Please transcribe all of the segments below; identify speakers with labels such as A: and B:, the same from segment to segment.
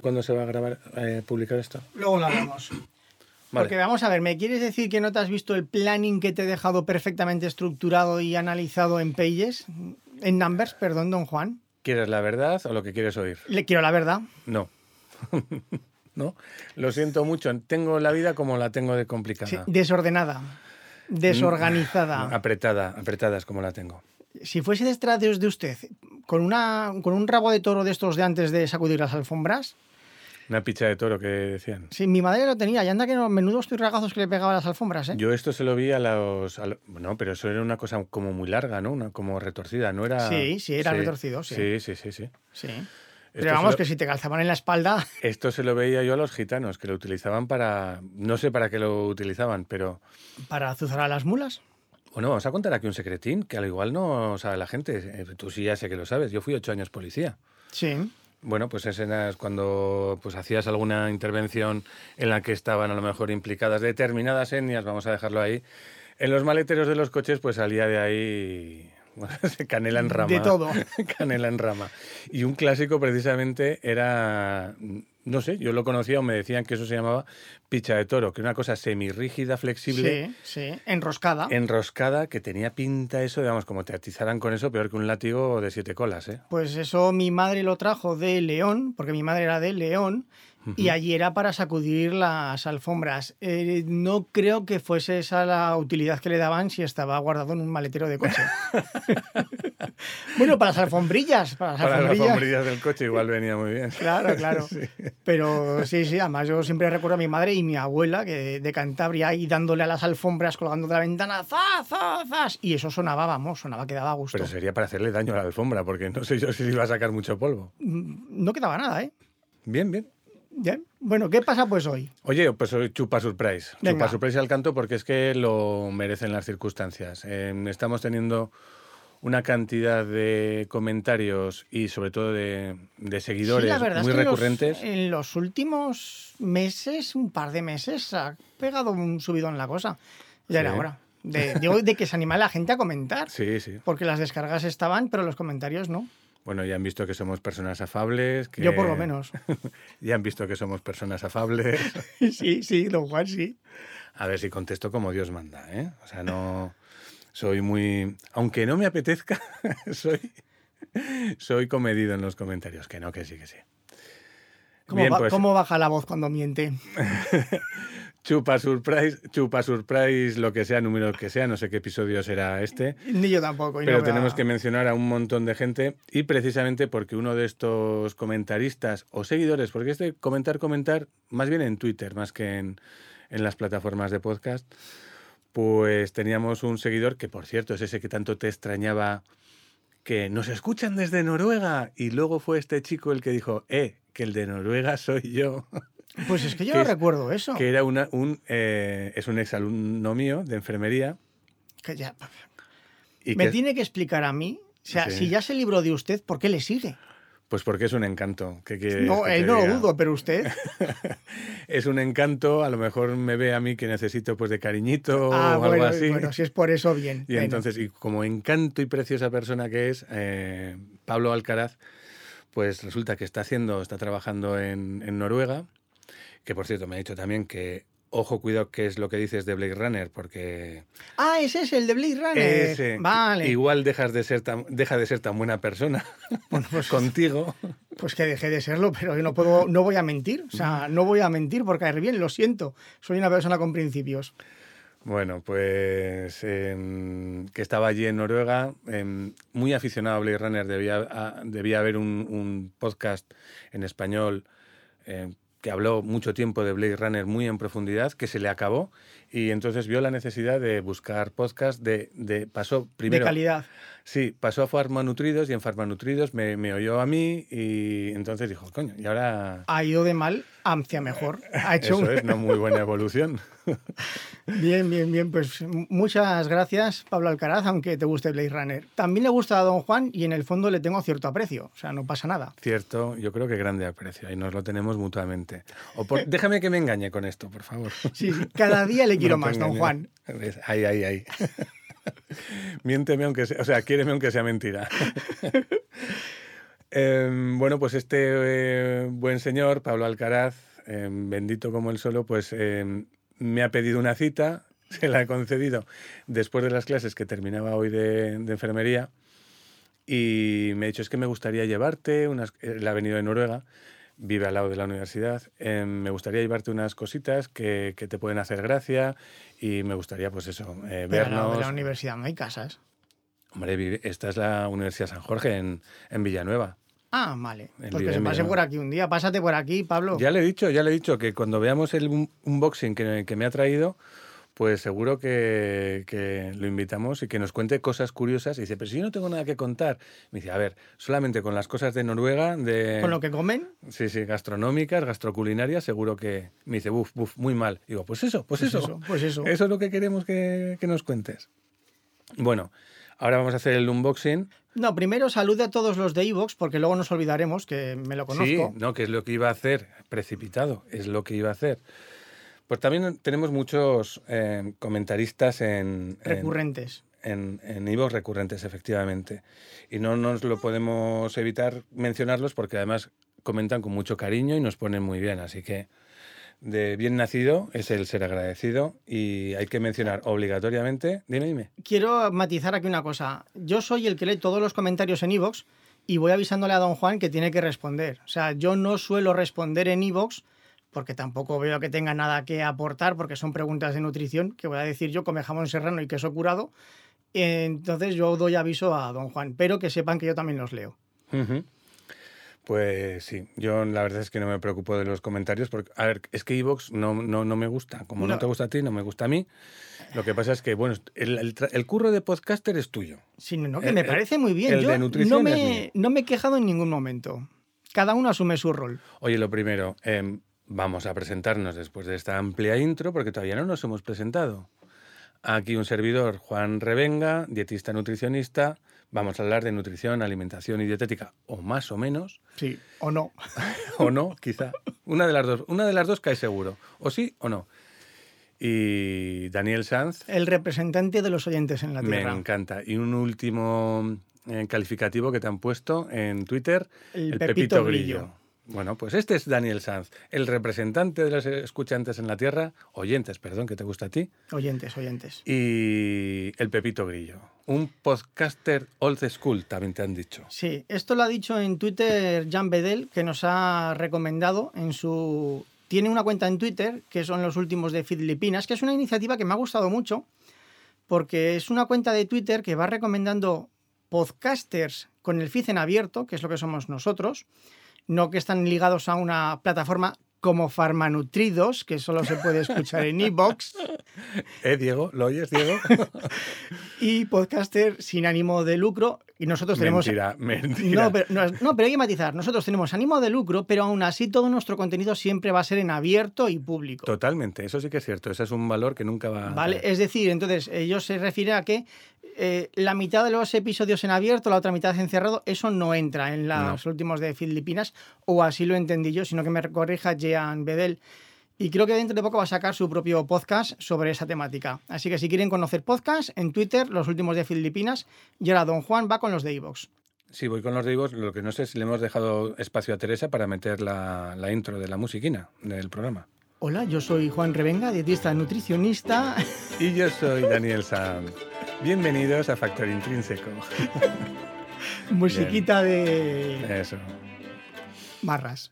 A: ¿Cuándo se va a grabar, eh, publicar esto?
B: Luego lo hablamos. Porque
A: Vale.
B: vamos a ver, ¿me quieres decir que no te has visto el planning que te he dejado perfectamente estructurado y analizado en Pages? En Numbers, perdón, don Juan.
A: ¿Quieres la verdad o lo que quieres oír?
B: Le quiero la verdad.
A: No. no. Lo siento mucho. Tengo la vida como la tengo de complicada.
B: Sí, desordenada.
A: Mm,
B: Desorganizada.
A: Apretada, apretada es como la tengo.
B: Si fuese detrás de usted con, una, con un rabo de toro de estos de antes de sacudir las alfombras,
A: Una picha de toro que decían.
B: sí, mi madre lo tenía y anda que no, menudos turragazos que le pegaba a las alfombras, ¿eh?
A: Yo esto se lo vi a los... a lo- no, pero eso era una cosa como muy larga, ¿no? Una, como retorcida, ¿no era...?
B: Sí, sí, era retorcido, sí.
A: Sí, sí, sí, sí.
B: Sí.
A: Esto
B: Pero vamos,
A: se lo-
B: que si te calzaban en la espalda,
A: Esto se lo veía yo a los gitanos, que lo utilizaban para... No sé para qué lo utilizaban, pero...
B: para azuzar a las mulas.
A: Bueno, vamos a contar aquí un secretín, que al igual no sabe la gente. Eh, Tú sí ya sé que lo sabes. Yo fui ocho años policía.
B: Sí.
A: Bueno, pues escenas cuando pues hacías alguna intervención en la que estaban a lo mejor implicadas determinadas etnias, vamos a dejarlo ahí. En los maleteros de los coches, pues salía de ahí bueno, canela en rama.
B: De todo.
A: canela en rama. Y un clásico precisamente era, no sé, yo lo conocía o me decían que eso se llamaba picha de toro, que era una cosa semirrígida, flexible,
B: Sí, sí. Enroscada.
A: enroscada, que tenía pinta eso, digamos, como te atizaran con eso, peor que un látigo de siete colas, ¿eh?
B: Pues eso mi madre lo trajo de León, porque mi madre era de León, y allí era para sacudir las alfombras. Eh, no creo que fuese esa la utilidad que le daban si estaba guardado en un maletero de coche. bueno, para las alfombrillas, para las
A: Para las
B: alfombrillas.
A: sombrillas del coche igual venía muy bien.
B: Claro, claro. Pero sí, sí, además yo siempre recuerdo a mi madre y mi abuela que de Cantabria ahí dándole a las alfombras colgando de la ventana, ¡zas, zas, zas! Y eso sonaba, vamos, sonaba que daba gusto.
A: Pero sería para hacerle daño a la alfombra, porque no sé yo si le iba a sacar mucho polvo.
B: No quedaba nada, ¿eh?
A: Bien, bien.
B: Ya. Bueno, ¿qué pasa pues hoy?
A: Oye, pues hoy chupa surprise.
B: Venga.
A: Chupa surprise al canto porque es que lo merecen las circunstancias. Eh, estamos teniendo una cantidad de comentarios y sobre todo de, de
B: Sí,
A: seguidores
B: la verdad es
A: muy
B: que en los- eh,
A: recurrentes.
B: en los últimos meses, un par de meses, ha pegado un subidón la cosa. Ya era
A: Sí.
B: hora. De, digo, de que se anima la gente a comentar.
A: Sí, sí.
B: Porque las descargas estaban, pero los comentarios no.
A: Bueno, ya han visto que somos personas afables. que-
B: Yo por lo menos.
A: ya han visto que somos personas afables.
B: sí, sí, don Juan, sí.
A: A ver si contesto como Dios manda, ¿eh? O sea, no soy muy, aunque no me apetezca, soy soy comedido en los comentarios, que no, que sí, que sí.
B: ¿Cómo,
A: Bien,
B: ba-
A: pues
B: cómo baja la voz cuando miente?
A: chupa surprise, chupa surprise, lo que sea, número que sea, no sé qué episodio será este.
B: Ni yo tampoco. y no
A: Pero
B: me
A: tenemos
B: va-
A: que mencionar a un montón de gente y precisamente porque uno de estos comentaristas o seguidores, porque este comentar, comentar, más bien en Twitter, más que en, en las plataformas de podcast, pues teníamos un seguidor que, por cierto, es ese que tanto te extrañaba, que nos escuchan desde Noruega y luego fue este chico el que dijo, eh, que el de Noruega soy yo,
B: Pues es que yo
A: que
B: no
A: es-
B: recuerdo eso.
A: que era una, un, eh, es un exalumno mío de enfermería.
B: Que ya-
A: Y
B: Me
A: que-
B: tiene que explicar a mí. O sea,
A: Sí.
B: si ya se libró de usted, ¿por qué le sigue?
A: Pues porque es un encanto. ¿qué quieres
B: No,
A: que te
B: él no lo
A: diga?
B: dudo, pero usted.
A: es un encanto, a lo mejor me ve a mí que necesito pues de cariñito
B: ah,
A: o algo
B: bueno,
A: así.
B: bueno, si es por eso, bien.
A: y
B: bueno.
A: entonces, y como encanto y preciosa persona que es, eh, Pablo Alcaraz, pues resulta que está haciendo, está trabajando en, en Noruega, que por cierto me ha dicho también que, ojo, cuidado, que es lo que dices de Blade Runner, porque
B: Ah, ese es el de Blade Runner.
A: ese,
B: Vale.
A: igual dejas de ser tan, deja de ser tan buena persona contigo.
B: Pues que dejé de serlo, pero yo no puedo, no voy a mentir. O sea, no voy a mentir por caer bien, lo siento. Soy una persona con principios.
A: Bueno, pues em, que estaba allí en Noruega, em, muy aficionado a Blade Runner, debía, a- debía haber un, un podcast en español em, que habló mucho tiempo de Blade Runner muy en profundidad, que se le acabó y entonces vio la necesidad de buscar podcast de, de pasó primero
B: de calidad.
A: Sí, pasó a Farmanutridos y en Farmanutridos me, me oyó a mí y entonces dijo, coño, y ahora
B: Ha ido de mal hacia mejor. Ha hecho
A: eso
B: un-
A: es una muy buena evolución.
B: Bien, bien, bien. Pues m- muchas gracias, Pablo Alcaraz, aunque te guste Blade Runner. También le gusta a Don Juan y en el fondo le tengo cierto aprecio. O sea, no pasa nada.
A: Cierto, yo creo que grande aprecio y nos lo tenemos mutuamente. O por- déjame que me engañe con esto, por favor.
B: Sí, sí, cada día le quiero
A: No te
B: más, Don
A: engañes.
B: Juan.
A: ¿Ves? Ahí, ahí, ahí. Miénteme aunque sea, o sea, quiéreme aunque sea mentira. Eh, bueno, pues este eh, buen señor, Pablo Alcaraz, eh, bendito como el solo, pues me ha pedido una cita, se la he concedido después de las clases que terminaba hoy de, de enfermería y me ha dicho, es que me gustaría llevarte, unas... eh, él ha venido de Noruega, vive al lado de la universidad, eh, me gustaría llevarte unas cositas que, que, te pueden hacer gracia y me gustaría, pues eso, eh,
B: Pero al
A: vernos...
B: lado de la universidad no hay casas.
A: Hombre, esta es la Universidad San Jorge en, en Villanueva.
B: Ah, vale. En pues que se pase por aquí un día. Pásate por aquí, Pablo.
A: Ya le he dicho, ya le he dicho que cuando veamos el unboxing que, que me ha traído, pues seguro que, que, lo invitamos y que nos cuente cosas curiosas. Y dice, pero si yo no tengo nada que contar. Me dice, a ver, solamente con las cosas de Noruega, de...
B: ¿Con lo que comen?
A: Sí, sí, gastronómicas, gastroculinarias, seguro que... Me dice, buf, buf, muy mal. Y digo, pues eso, pues, pues eso,
B: eso, Pues eso.
A: Eso es lo que queremos que, que nos cuentes. Bueno, ahora vamos a hacer el unboxing.
B: No, primero salude a todos los de Evox, porque luego nos olvidaremos que me lo conozco.
A: Sí, eh, no, que es lo que iba a hacer, precipitado, es lo que iba a hacer. Pues también tenemos muchos eh, comentaristas en...
B: Recurrentes.
A: En, en, en Evox recurrentes, efectivamente. Y no nos lo podemos evitar mencionarlos porque además comentan con mucho cariño y nos ponen muy bien. Así que de bien nacido es el ser agradecido y hay que mencionar obligatoriamente... Dime, dime.
B: Quiero matizar aquí una cosa. Yo soy el que lee todos los comentarios en Evox y voy avisándole a don Juan que tiene que responder. O sea, yo no suelo responder en Evox porque tampoco veo que tenga nada que aportar, porque son preguntas de nutrición, que voy a decir yo, come jamón serrano y queso curado. Entonces yo doy aviso a don Juan, pero que sepan que yo también los leo.
A: Uh -huh. Pues sí, yo la verdad es que no me preocupo de los comentarios, porque, a ver, es que Evox no, no, no me gusta, como no. no. te gusta a ti, no me gusta a mí. Lo que pasa es que, bueno, el, el, el curro de podcaster es tuyo.
B: Sí, no, que el, me parece muy bien. yo no me, no me he quejado en ningún momento. Cada uno asume su rol.
A: Oye, lo primero, eh, vamos a presentarnos después de esta amplia intro, porque todavía no nos hemos presentado. Aquí un servidor, Juan Revenga, dietista nutricionista. Vamos a hablar de nutrición, alimentación y dietética, o más o menos.
B: Sí, o no.
A: o no, quizá. Una de las dos, una de las dos cae seguro. O sí o no. Y Daniel Sanz.
B: El representante de los oyentes en la Tierra.
A: Me encanta. Y un último eh, calificativo que te han puesto en Twitter,
B: el, el Pepito, Pepito, Grillo. Grillo.
A: Bueno, pues este es Daniel Sanz, el representante de los escuchantes en la Tierra, oyentes, perdón, que te gusta a ti.
B: Oyentes, oyentes.
A: Y el Pepito Grillo, un podcaster old school, también te han dicho.
B: Sí, esto lo ha dicho en Twitter Jan Bedel, que nos ha recomendado en su... Tiene una cuenta en Twitter, que son los últimos de Filipinas, que es una iniciativa que me ha gustado mucho, porque es una cuenta de Twitter que va recomendando podcasters con el feed en abierto, que es lo que somos nosotros, no que están ligados a una plataforma como Farmanutridos, que solo se puede escuchar en iBox.
A: E ¿Eh, Diego? ¿Lo oyes, Diego?
B: y podcaster sin ánimo de lucro. Y nosotros tenemos.
A: Mentira, mentira.
B: No pero, no, no pero, hay que matizar. Nosotros tenemos ánimo de lucro, pero aún así todo nuestro contenido siempre va a ser en abierto y público.
A: Totalmente, eso sí que es cierto. Ese es un valor que nunca va.
B: Vale, eh. es decir, entonces, ellos se refiere a que eh, la mitad de los episodios en abierto, la otra mitad en cerrado, eso no entra en los no. últimos de Filipinas, o así lo entendí yo, sino que me corrija Jean Bedel. Y creo que dentro de poco va a sacar su propio podcast sobre esa temática. Así que si quieren conocer podcast, en Twitter, los últimos de Filipinas, y ahora Don Juan va con los de Evox.
A: Sí, voy con los de Evox. Lo que no sé es si le hemos dejado espacio a Teresa para meter la, la intro de la musiquina del programa.
B: Hola, yo soy Juan Revenga, dietista nutricionista.
A: Y yo soy Daniel Sanz. Bienvenidos a Factor Intrínseco.
B: Musiquita bien.
A: de. Eso.
B: Barras.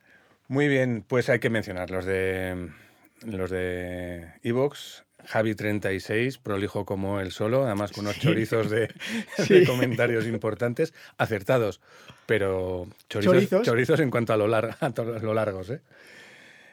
A: Muy bien, pues hay que mencionar los de los de Evox. Javi36, prolijo como él solo, además con unos sí. chorizos de, sí. de, comentarios importantes, acertados, pero chorizos, chorizos, chorizos en cuanto a lo, largo, a lo largos. ¿eh?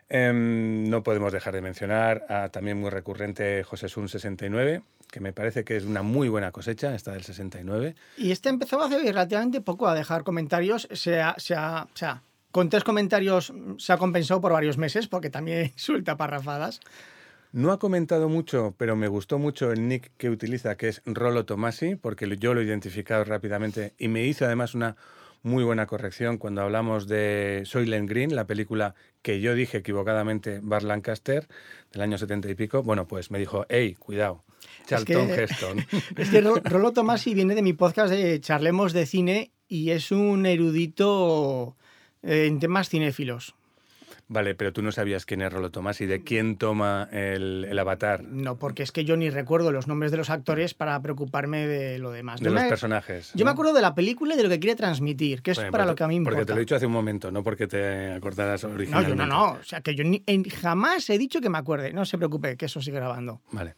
A: Eh, no podemos dejar de mencionar a también muy recurrente José Sun 69, que me parece que es una muy buena cosecha, esta del 69.
B: Y este empezó hace relativamente poco a dejar comentarios, se ha, se ha, se ha, con tres comentarios se ha compensado por varios meses, porque también suelta parrafadas.
A: No ha comentado mucho, pero me gustó mucho el nick que utiliza, que es Rolo Tomasi, porque yo lo he identificado rápidamente y me hizo además una muy buena corrección cuando hablamos de Soylent Green, la película que yo dije equivocadamente Bar Lancaster del año setenta y pico. Bueno, pues me dijo, hey, cuidado, Charlton
B: es
A: que, Heston.
B: Es que Rolo Tomasi viene de mi podcast de Charlemos de Cine y es un erudito eh, en temas cinéfilos.
A: Vale, pero tú no sabías quién es Rolo Tomás y de quién toma el, el avatar.
B: No, porque es que yo ni recuerdo los nombres de los actores para preocuparme de lo demás.
A: De
B: Yo
A: los
B: me-
A: personajes.
B: Yo me
A: ¿no?
B: acuerdo de la película y de lo que quiere transmitir, que es
A: Bueno,
B: para
A: porque-
B: lo que a mí me importa.
A: Porque te lo he dicho hace un momento, no porque te acordaras
B: No, yo
A: originalmente.
B: no, no. O sea, que yo ni- en- jamás he dicho que me acuerde. No se preocupe, que eso sigue grabando.
A: Vale.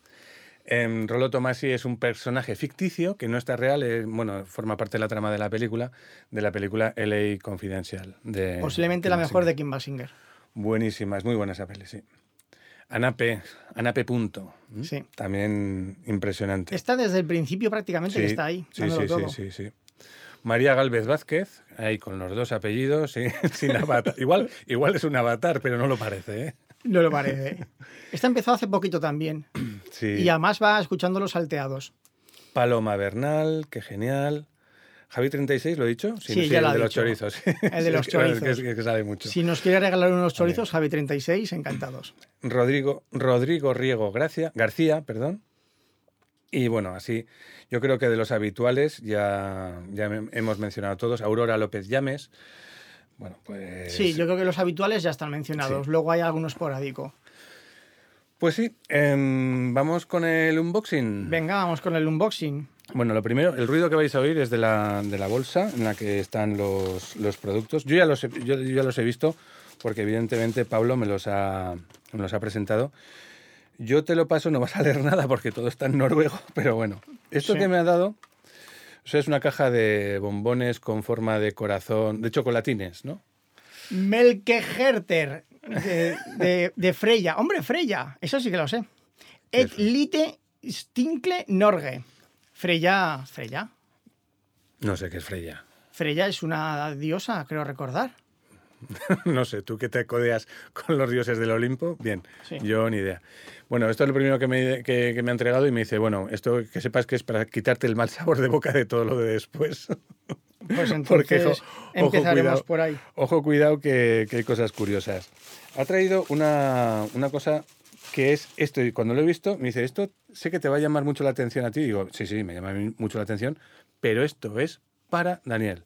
A: Em, Rolo Tomasi es un personaje ficticio que no está real, eh, bueno, forma parte de la trama de la película, de la película LA Confidential. De
B: Posiblemente
A: Kim
B: la mejor
A: Basinger.
B: de Kim Basinger.
A: Buenísima, es muy buena esa peli, sí. Anape, Anape Punto. ¿m?
B: Sí.
A: También impresionante.
B: Está desde el principio prácticamente que está ahí.
A: Sí,
B: dándolo
A: sí, sí,
B: todo.
A: sí, sí. María Galvez Vázquez, ahí con los dos apellidos, sí, sin avatar. Igual, igual es un avatar, pero no lo parece. ¿eh?
B: No lo parece. Esta empezó hace poquito también.
A: Sí.
B: Y además va escuchando los salteados.
A: Paloma Bernal, qué genial. Javi 36, ¿lo he dicho?
B: Sí, ya
A: el
B: lo ha
A: de los
B: dicho.
A: chorizos.
B: El de los
A: Es que- es
B: chorizos.
A: Que, es que sabe mucho.
B: Si nos quiere regalar unos chorizos, Javi 36, encantados.
A: Rodrigo, Rodrigo Riego Gracia, García, perdón. Y bueno, así, yo creo que de los habituales ya, ya me- hemos mencionado todos. Aurora López Llames. Bueno, pues.
B: Sí, yo creo que los habituales ya están mencionados.
A: Sí.
B: Luego hay algunos esporádico.
A: Pues sí, em, vamos con el unboxing.
B: Venga, vamos con el unboxing.
A: Bueno, lo primero, el ruido que vais a oír es de la, de la bolsa en la que están los, los productos. Yo ya los, he, yo, yo ya los he visto porque evidentemente Pablo me los, ha, me los ha presentado. Yo te lo paso, no vas a leer nada porque todo está en noruego, pero bueno. Esto
B: Sí.
A: que me ha dado o sea, es una caja de bombones con forma de corazón, de chocolatines, ¿no?
B: Melke Herter, de, de- de Freya. Hombre, Freya, eso sí que lo sé. Et
A: Eso.
B: lite stinkle Norge. Freya, Freya.
A: No sé qué es Freya.
B: Freya es una diosa, creo recordar.
A: No sé, tú que te codeas con los dioses del Olimpo, bien,
B: Sí.
A: yo ni idea. Bueno, esto es lo primero que me, que- que me ha entregado y me dice, bueno, esto que sepas que es para quitarte el mal sabor de boca de todo lo de después.
B: Pues
A: Porque,
B: entonces
A: jo- ojo,
B: empezaremos
A: cuidado.
B: por ahí.
A: Ojo, cuidado, que, que hay cosas curiosas. Ha traído una, una cosa que es esto, y cuando lo he visto, me dice, esto sé que te va a llamar mucho la atención a ti. digo, sí, sí, me llama a mí mucho la atención, pero esto es para Daniel.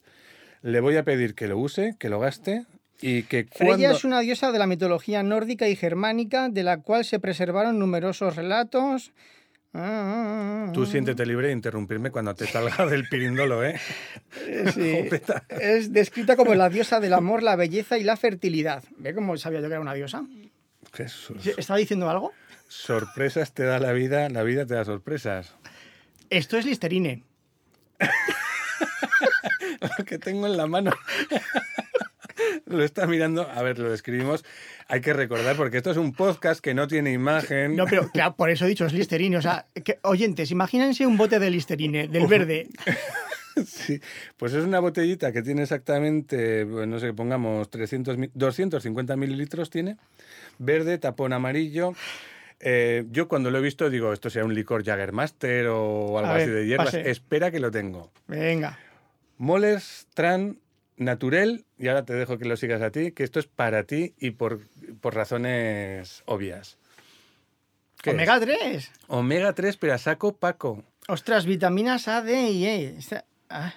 A: Le voy a pedir que lo use, que lo gaste y que
B: Freya
A: cuando...
B: es una diosa de la mitología nórdica y germánica, de la cual se preservaron numerosos relatos. Ah. Mm.
A: Tú siéntete libre de interrumpirme cuando te salga del pirindolo, ¿eh?
B: Sí.
A: Jopeta.
B: Es descrita como la diosa del amor, la belleza y la fertilidad. ¿Ve cómo sabía yo que era una diosa?
A: Jesús.
B: ¿Estaba diciendo algo?
A: Sorpresas te da la vida, la vida te da sorpresas.
B: Esto es Listerine.
A: Lo que tengo en la mano. Lo está mirando. A ver, lo describimos. Hay que recordar, porque esto es un podcast que no tiene imagen.
B: No, pero claro, por eso he dicho es Listerine. O sea, que- oyentes, imagínense un bote de Listerine, del verde.
A: Sí. Pues es una botellita que tiene exactamente, bueno, no sé, pongamos 300, mi- 250 mililitros tiene. Verde, tapón amarillo. Eh, yo cuando lo he visto digo, esto sea un licor Jaggermaster o algo
B: A ver,
A: así de hierbas.
B: pase.
A: Espera que lo tengo.
B: Venga.
A: Moles, Tran, Naturel, y ahora te dejo que lo sigas a ti, que esto es para ti y por, por razones obvias. ¿Qué es?
B: Omega 3.
A: Omega 3, pero a saco Paco.
B: Ostras, vitaminas A, D y E. Esta- ah.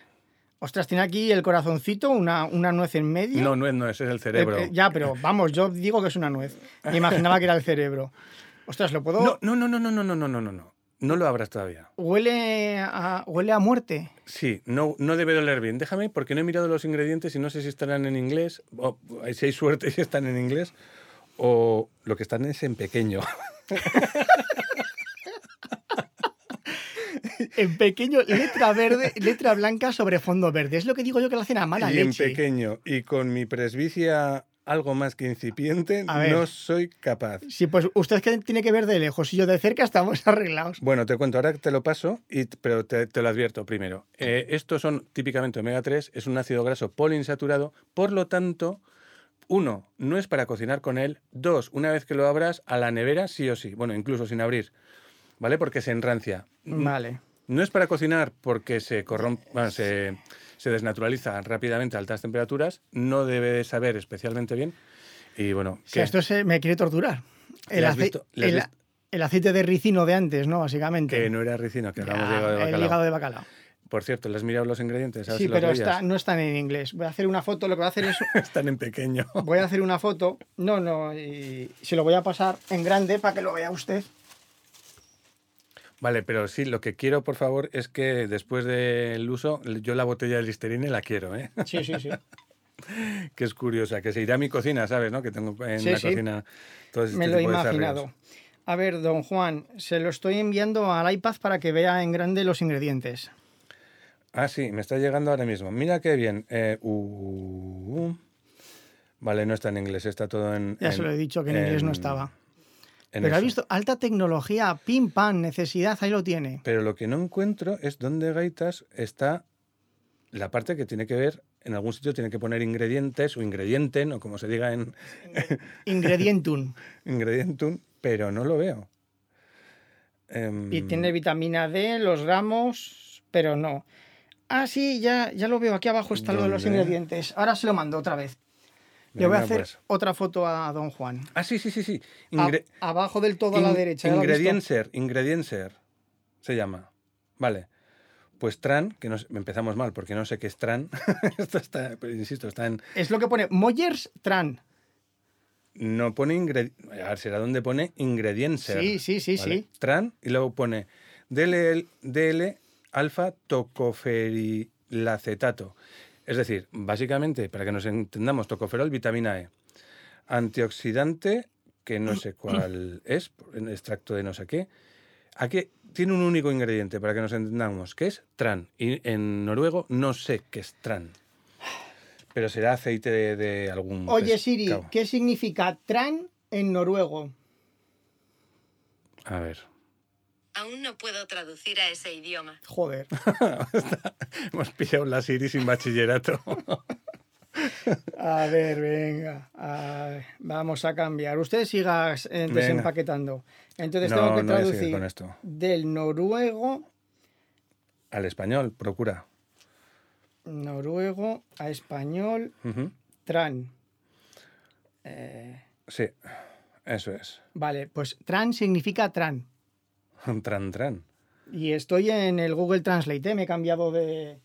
B: Ostras, tiene aquí el corazoncito, una, una nuez en medio.
A: No, no es, no es, es el cerebro.
B: Eh, eh, ya, pero vamos, yo digo que es una nuez. Me imaginaba que era el cerebro. Ostras, ¿lo puedo...?
A: No, no, no, no, no, no, no, no, no, no. No lo abras todavía.
B: Huele a, huele a muerte.
A: Sí, no, no debe doler bien. Déjame, porque no he mirado los ingredientes y no sé si estarán en inglés, o si hay suerte si están en inglés, o lo que están es en pequeño.
B: En pequeño, letra verde, letra blanca sobre fondo verde. Es lo que digo yo que lo hacen a mala
A: y en
B: leche.
A: pequeño y con mi presbicia algo más que incipiente,
B: A ver.
A: no soy capaz.
B: Sí, pues usted que tiene que ver de lejos y yo de cerca estamos arreglados.
A: Bueno, te cuento, ahora te lo paso, y, pero te, te lo advierto primero. Eh, estos son típicamente omega 3, es un ácido graso poliinsaturado, por lo tanto, uno, no es para cocinar con él, dos, una vez que lo abras, a la nevera sí o sí, bueno, incluso sin abrir, ¿vale? Porque se enrancia.
B: Vale.
A: No es para cocinar porque se corrompe, se, se desnaturaliza rápidamente a altas temperaturas, no debe de saber especialmente bien. Y bueno,
B: O sea,
A: ¿qué?
B: esto se, me quiere torturar. El,
A: ¿Le has
B: ace-
A: visto- le has
B: el-
A: visto?
B: el aceite de ricino de antes, ¿no? Básicamente.
A: que no era ricino, que hablamos
B: Ah,
A: de hígado de
B: El
A: bacalao.
B: hígado de bacalao.
A: por cierto, ¿le has mirado los ingredientes? A ver
B: Sí,
A: si los
B: pero
A: veías.
B: está- no están en inglés. Voy a hacer una foto, lo que voy a hacer es...
A: Están en pequeño.
B: Voy a hacer una foto. No, no, y se lo voy a pasar en grande para que lo vea usted.
A: Vale, pero sí, lo que quiero, por favor, es que después del uso, yo la botella de Listerine la quiero, ¿eh?
B: Sí, sí, sí.
A: que es curiosa, que se irá a mi cocina, ¿sabes? ¿no? Que tengo en
B: Sí,
A: la
B: sí.
A: cocina todo este
B: Me lo he
A: tipo de desarrollos.
B: imaginado. A ver, don Juan, se lo estoy enviando al iPad para que vea en grande los ingredientes.
A: Ah, sí, me está llegando ahora mismo. Mira qué bien. Eh, uh, vale, no está en inglés, está todo en.
B: Ya se
A: en-
B: lo he dicho que en inglés no estaba.
A: en
B: Pero ha
A: eso.
B: visto, alta tecnología, pim pam, necesidad, ahí lo tiene.
A: Pero lo que no encuentro es dónde gaitas está la parte que tiene que ver. En algún sitio tiene que poner ingredientes o ingredienten, o como se diga en
B: Ingredientum.
A: ingredientum, pero no lo veo. Em,
B: Y tiene vitamina D, los gramos, pero no. Ah, sí, ya, ya lo veo. Aquí abajo está lo de los
A: ¿Dónde?
B: ingredientes. Ahora se lo mando otra vez. Le voy a
A: venga,
B: hacer
A: pues.
B: otra foto a don Juan.
A: Ah, sí, sí, sí, sí.
B: A-
A: Ingre-
B: abajo del todo a la
A: In-
B: derecha. ¿ya lo ha visto?
A: Ingredienser, ingredienser se llama. Vale. Pues tran, que no sé- empezamos mal porque no sé qué es tran. Esto está, pero insisto, está en.
B: Es lo que pone Moyers Tran.
A: No pone ingredienser. A ver, será donde pone ingredienser.
B: Sí, sí, sí, sí.
A: Tran, y luego pone DL, DL alfa tocoferilacetato. Es decir, básicamente, para que nos entendamos, tocoferol, vitamina E. Antioxidante, que no sé cuál es, en extracto de no sé qué. Aquí tiene un único ingrediente, para que nos entendamos, que es tran. Y en noruego no sé qué es tran. Pero será aceite de, de algún.
B: Oye, Siri,
A: pescado.
B: ¿qué significa Tran en noruego?
A: A ver.
C: Aún no puedo traducir a ese idioma.
B: Joder.
A: Hemos pillado la Siri sin bachillerato.
B: A ver, venga. A ver, vamos a cambiar. Usted siga eh,
A: Venga.
B: desempaquetando. Entonces
A: No,
B: tengo que
A: no voy a seguir
B: traducir
A: con esto.
B: del noruego,
A: Al español, procura.
B: noruego a español,
A: Ujú.
B: Tran. Eh,
A: Sí, eso es.
B: vale, pues Tran significa Tran.
A: Tran, tran.
B: Y estoy en el Google Translate, ¿eh? me he cambiado de...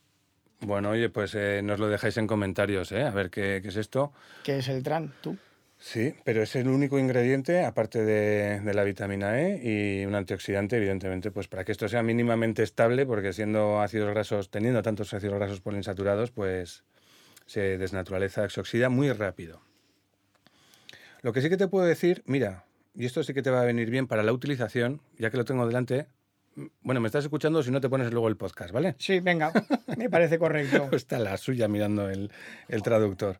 A: Bueno, oye, pues eh, nos lo dejáis en comentarios, ¿eh? A ver qué, qué es esto.
B: ¿Qué es el Tran? ¿Tú?
A: Sí, pero es el único ingrediente, aparte de, de la vitamina E y un antioxidante, evidentemente, pues para que esto sea mínimamente estable, porque siendo ácidos grasos, teniendo tantos ácidos grasos poliinsaturados, pues se desnaturaliza, se oxida muy rápido. Lo que sí que te puedo decir, mira, y esto sí que te va a venir bien para la utilización, ya que lo tengo delante. m- Bueno, me estás escuchando si no te pones luego el podcast, ¿vale?
B: Sí, venga, me parece correcto.
A: Está la suya mirando el, el traductor.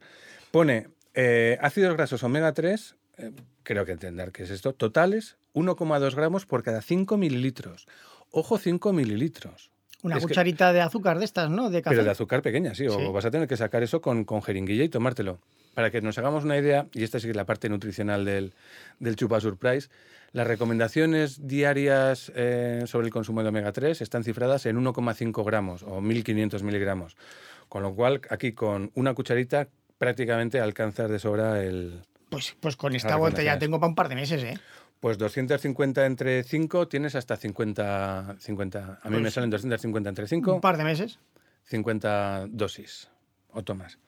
A: Pone eh, ácidos grasos omega 3, eh, creo que entender qué es esto, totales 1,2 gramos por cada 5 mililitros. Ojo, 5 mililitros.
B: Una
A: Es que-
B: cucharita de azúcar de estas, ¿no? De café.
A: Pero de azúcar pequeña, sí,
B: Sí.
A: O vas a tener que sacar eso con, con jeringuilla y tomártelo. Para que nos hagamos una idea, y esta sí que es la parte nutricional del, del Chupa Surprise, las recomendaciones diarias eh, sobre el consumo de omega 3 están cifradas en 1,5 gramos o 1.500 miligramos. Con lo cual, aquí con una cucharita prácticamente alcanzas de sobra el...
B: Pues, pues con esta
A: Ahora con
B: botella
A: las
B: tengo para un par de meses, ¿eh?
A: Pues 250 entre 5, tienes hasta 50... 50 a mí me
B: Pues-
A: salen 250 entre 5.
B: Un par de meses.
A: 50 dosis o tomas.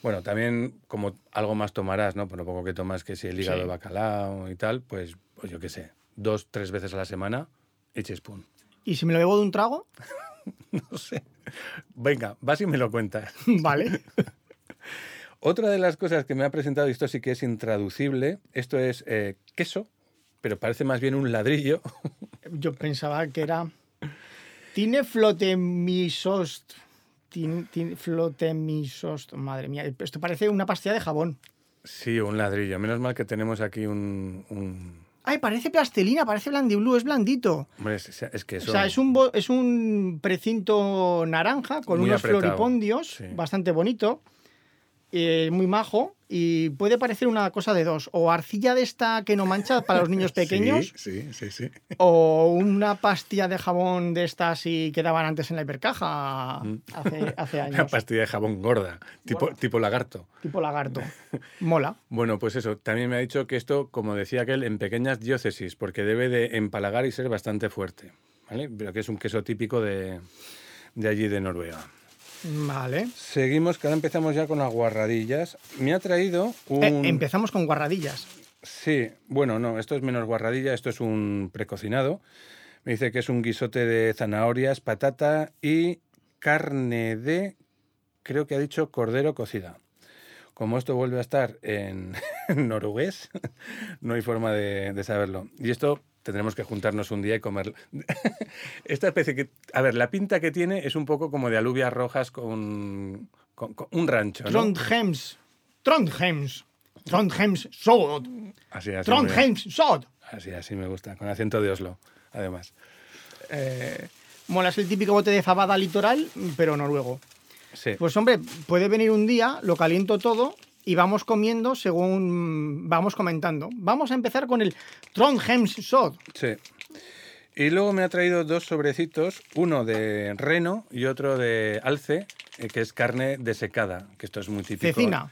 A: Bueno, también como algo más tomarás, ¿no? Por lo poco que tomas, que si el hígado
B: Sí.
A: de bacalao y tal, pues, pues yo qué sé, dos, tres veces a la semana, eches pum.
B: ¿Y si me lo bebo de un trago?
A: No sé. Venga, vas y me lo cuentas.
B: vale.
A: Otra de las cosas que me ha presentado, y esto sí que es intraducible, esto es eh, queso, pero parece más bien un ladrillo.
B: Yo pensaba que era... Tiene flotemisost. Tiene, tiene flotemisost. Madre mía, esto parece una pastilla de jabón.
A: Sí, un ladrillo. Menos mal que tenemos aquí un... un-
B: Ay, parece plastilina, parece blandiblue, es blandito.
A: Hombre, es, es que eso...
B: O sea, es un, bo- es un precinto naranja con
A: Muy
B: unos
A: apretado,
B: floripondios,
A: sí.
B: bastante bonito, eh, muy majo, y puede parecer una cosa de dos, o arcilla de esta que no mancha para los niños pequeños,
A: Sí, sí, sí, sí.
B: o una pastilla de jabón de estas y que daban antes en la hipercaja
A: Mm. Pues,
B: hace, hace
A: Una
B: años,
A: pastilla de jabón gorda, tipo,
B: Gorda.
A: tipo lagarto.
B: tipo lagarto. Mola.
A: Bueno, pues eso, también me ha dicho que esto, como decía aquel, en pequeñas diócesis, porque debe de empalagar y ser bastante fuerte, ¿vale? Pero que es un queso típico de, de allí de Noruega.
B: Vale.
A: Seguimos, que ahora empezamos ya con las guarradillas. Me ha traído un...
B: Eh, empezamos con guarradillas.
A: Sí, bueno, no, esto es menos guarradilla, esto es un precocinado. Me dice que es un guisote de zanahorias, patata y carne de, creo que ha dicho, cordero cocida. Como esto vuelve a estar en noruegués, no hay forma de, de saberlo. Y esto tendremos que juntarnos un día y comer. Esta especie que, a ver, la pinta que tiene es un poco como de alubias rojas con, con- con un rancho. ¿no?
B: Trondheims. Trondheims. Trondheims Sod.
A: Así, así, muy bien.
B: Trondheims Sod.
A: así, así me gusta, con acento de Oslo, además.
B: Eh, mola, es el típico bote de fabada litoral, pero noruego.
A: Sí.
B: Pues hombre, puede venir un día, lo caliento todo y vamos comiendo según vamos comentando. Vamos a empezar con el Trondheims Sod.
A: Sí. Y luego me ha traído dos sobrecitos, uno de reno y otro de alce, eh, que es carne desecada, que esto es muy típico.
B: Cecina.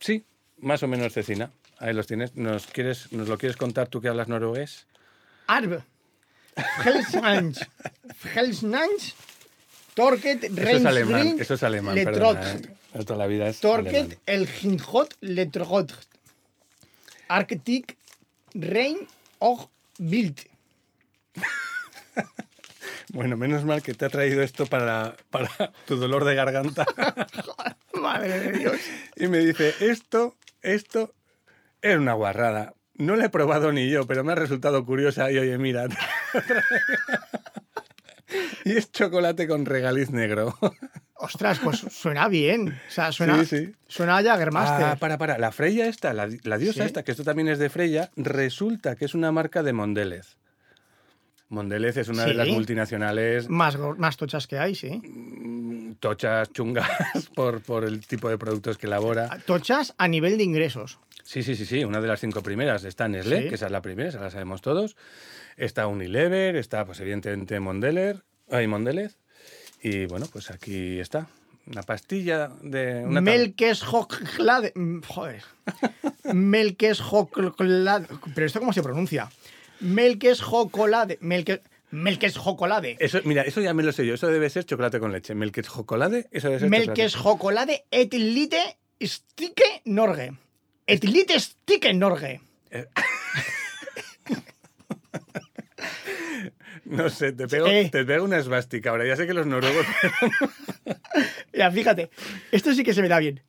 A: Sí, más o menos cecina. Ahí los tienes. ¿Nos, quieres, ¿Nos lo quieres contar tú que hablas noruegués?
B: Arb. Felsnanch. Felsnanch. Torquet
A: Eso es alemán,
B: Reinsbrink,
A: eso es alemán,
B: Letrot.
A: perdona. eh. Toda la vida es alemán.
B: Torquet el Ginjot Letrot. Arctic Rein och Bild.
A: Bueno, menos mal que te ha traído esto para, para tu dolor de garganta.
B: Madre de Dios.
A: y me dice, esto, esto es una guarrada. No la he probado ni yo, pero me ha resultado curiosa y oye, mira. y es chocolate con regaliz negro.
B: Ostras, pues suena bien. O sea, suena,
A: Sí, sí.
B: suena a Jagermaster.
A: Ah, para, para. La Freya esta, la, la diosa
B: Sí.
A: esta, que esto también es de Freya, resulta que es una marca de Mondelez. Mondelez es una de
B: Sí.
A: las multinacionales
B: Más, go- más tochas que hay, sí.
A: tochas, chungas, por, por el tipo de productos que elabora.
B: Tochas a nivel de ingresos.
A: Sí, sí, sí, sí, una de las cinco primeras. Está Nestlé,
B: Sí.
A: que esa es la primera, esa la sabemos todos. Está Unilever, está pues evidentemente Mondeler, ay, Mondelez. Y bueno, pues aquí está. Una pastilla de... Una tab-
B: Melkes Hoklad. mm, Joder. Melkes Hoklad. Pero esto cómo se pronuncia. Melkes Hokolade. Melkes, Melkes Hokolade.
A: Eso, mira, eso ya me lo sé yo. Eso debe ser chocolate con leche. Melkes chocolate, eso debe ser
B: Melkes Hokolade et lite stike Norge. Et lite stike Norge.
A: chocolate. No sé, te pego,
B: Eh.
A: te pego una esvástica ahora. Ya sé que los noruegos...
B: Ya, fíjate. Esto sí que se me da bien.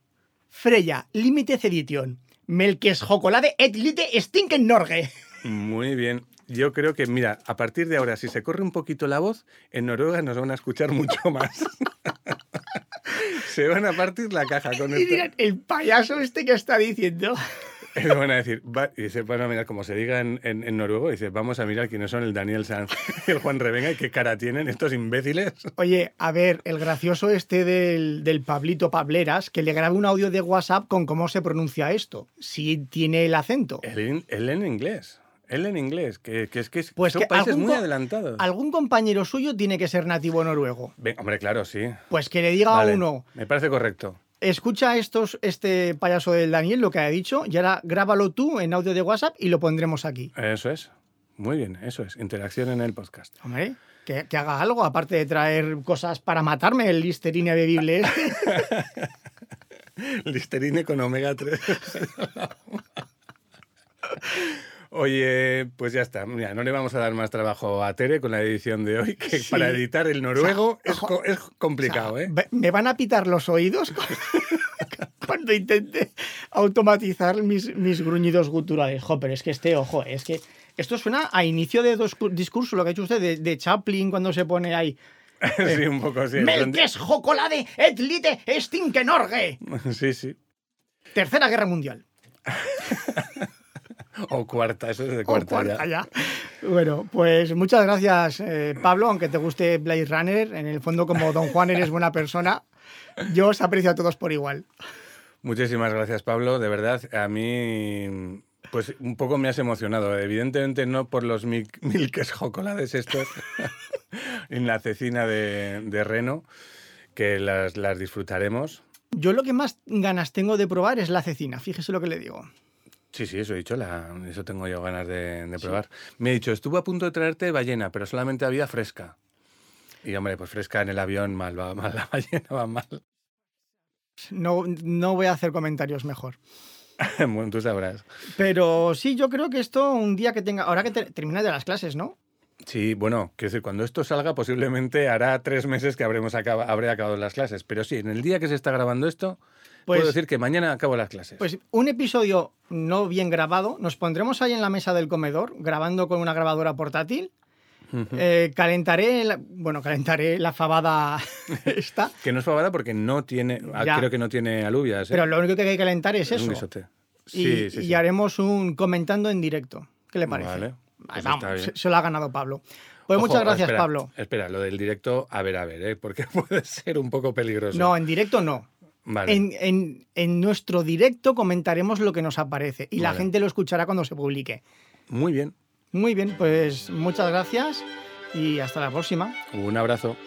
B: Freya, Limited Edition. Melkes Hokolade et lite stike Norge.
A: Muy bien. Yo creo que, mira, a partir de ahora, si se corre un poquito la voz, en Noruega nos van a escuchar mucho más. se van a partir la caja con este.
B: Y dirán,
A: esto.
B: el payaso este que está diciendo.
A: Y le van a decir, va- y dice, van a mirar, como se diga en, en- en noruego, dice, vamos a mirar quiénes son el Daniel Sanz y el Juan Revenga y qué cara tienen estos imbéciles.
B: Oye, a ver, el gracioso este del, del Pablito Pableras, que le grabé un audio de WhatsApp con cómo se pronuncia esto. Si tiene el acento.
A: Él, en- él en inglés. Él en inglés, que, que es que es-
B: Pues
A: son
B: que
A: países
B: algún
A: muy
B: co-
A: adelantados.
B: Algún compañero suyo tiene que ser nativo noruego.
A: Ven, hombre, claro, sí.
B: Pues que le diga
A: Vale,
B: a uno,
A: Me parece correcto.
B: escucha estos, este payaso del Daniel, lo que ha dicho, y ahora grábalo tú en audio de WhatsApp y lo pondremos aquí.
A: Eso es. Muy bien, eso es. Interacción en el podcast.
B: Hombre, que, que haga algo, aparte de traer cosas para matarme, el listerine bebible este.
A: Listerine con omega 3. Oye, pues ya está. Mira, no le vamos a dar más trabajo a Tere con la edición de hoy, que
B: Sí.
A: para editar el noruego
B: O sea,
A: es, co- es complicado, ¿eh?
B: Ve- Me van a pitar los oídos cuando intente automatizar mis, mis gruñidos guturales. Jo, pero es que este, ojo, es que esto suena a inicio de dos- discurso, lo que ha hecho usted de, de Chaplin cuando se pone ahí.
A: ¿eh? sí, un poco así.
B: Melkes Jocolade et lite Stinkenorge.
A: Sí, sí.
B: Tercera Guerra Mundial.
A: O cuarta, eso es de
B: O
A: cuarta,
B: cuarta
A: ya.
B: ya. Bueno, pues muchas gracias, eh, Pablo, aunque te guste Blade Runner. En el fondo, como Don Juan eres buena persona, yo os aprecio a todos por igual.
A: Muchísimas gracias, Pablo. De verdad, a mí pues un poco me has emocionado. Evidentemente no por los mil- milkes chocolates estos en la cecina de, de Reno, que las, las disfrutaremos.
B: Yo lo que más ganas tengo de probar es la cecina, fíjese lo que le digo.
A: Sí, sí, eso he dicho, la, eso tengo yo ganas de, de probar. Me he dicho, estuve a punto de traerte ballena, pero solamente había fresca. Y hombre, pues fresca en el avión, mal va, mal la ballena va mal.
B: No, no voy a hacer comentarios mejor.
A: bueno, tú sabrás.
B: Pero sí, yo creo que esto un día que tenga. Ahora que te- terminas de las clases, ¿no?
A: Sí, bueno, quiero decir, cuando esto salga posiblemente hará tres meses que habremos acaba- habré acabado las clases. Pero sí, en el día que se está grabando esto,
B: Pues,
A: puedo decir que mañana acabo las clases.
B: pues un episodio no bien grabado, nos pondremos ahí en la mesa del comedor, grabando con una grabadora portátil.
A: Ujú.
B: Eh, calentaré, la- bueno, calentaré la fabada esta,
A: que no es fabada porque no tiene, ah,
B: Ya.
A: creo que no tiene alubias. ¿eh?
B: pero lo único que hay que calentar es
A: un
B: eso.
A: guisote.
B: Y,
A: Sí, sí,
B: y
A: sí.
B: haremos un comentando en directo. ¿Qué le parece?
A: Vale,
B: Ay,
A: pues está
B: Vamos,
A: bien.
B: se, se lo ha ganado Pablo. Pues
A: Ojo,
B: muchas gracias,
A: espera,
B: Pablo.
A: Espera, lo del directo, a ver, a ver, ¿eh? porque puede ser un poco peligroso.
B: No, en directo no.
A: Vale.
B: En, en- en nuestro directo comentaremos lo que nos aparece y la
A: Vale.
B: gente lo escuchará cuando se publique.
A: Muy bien,
B: Muy bien, pues muchas gracias y hasta la próxima.
A: un abrazo.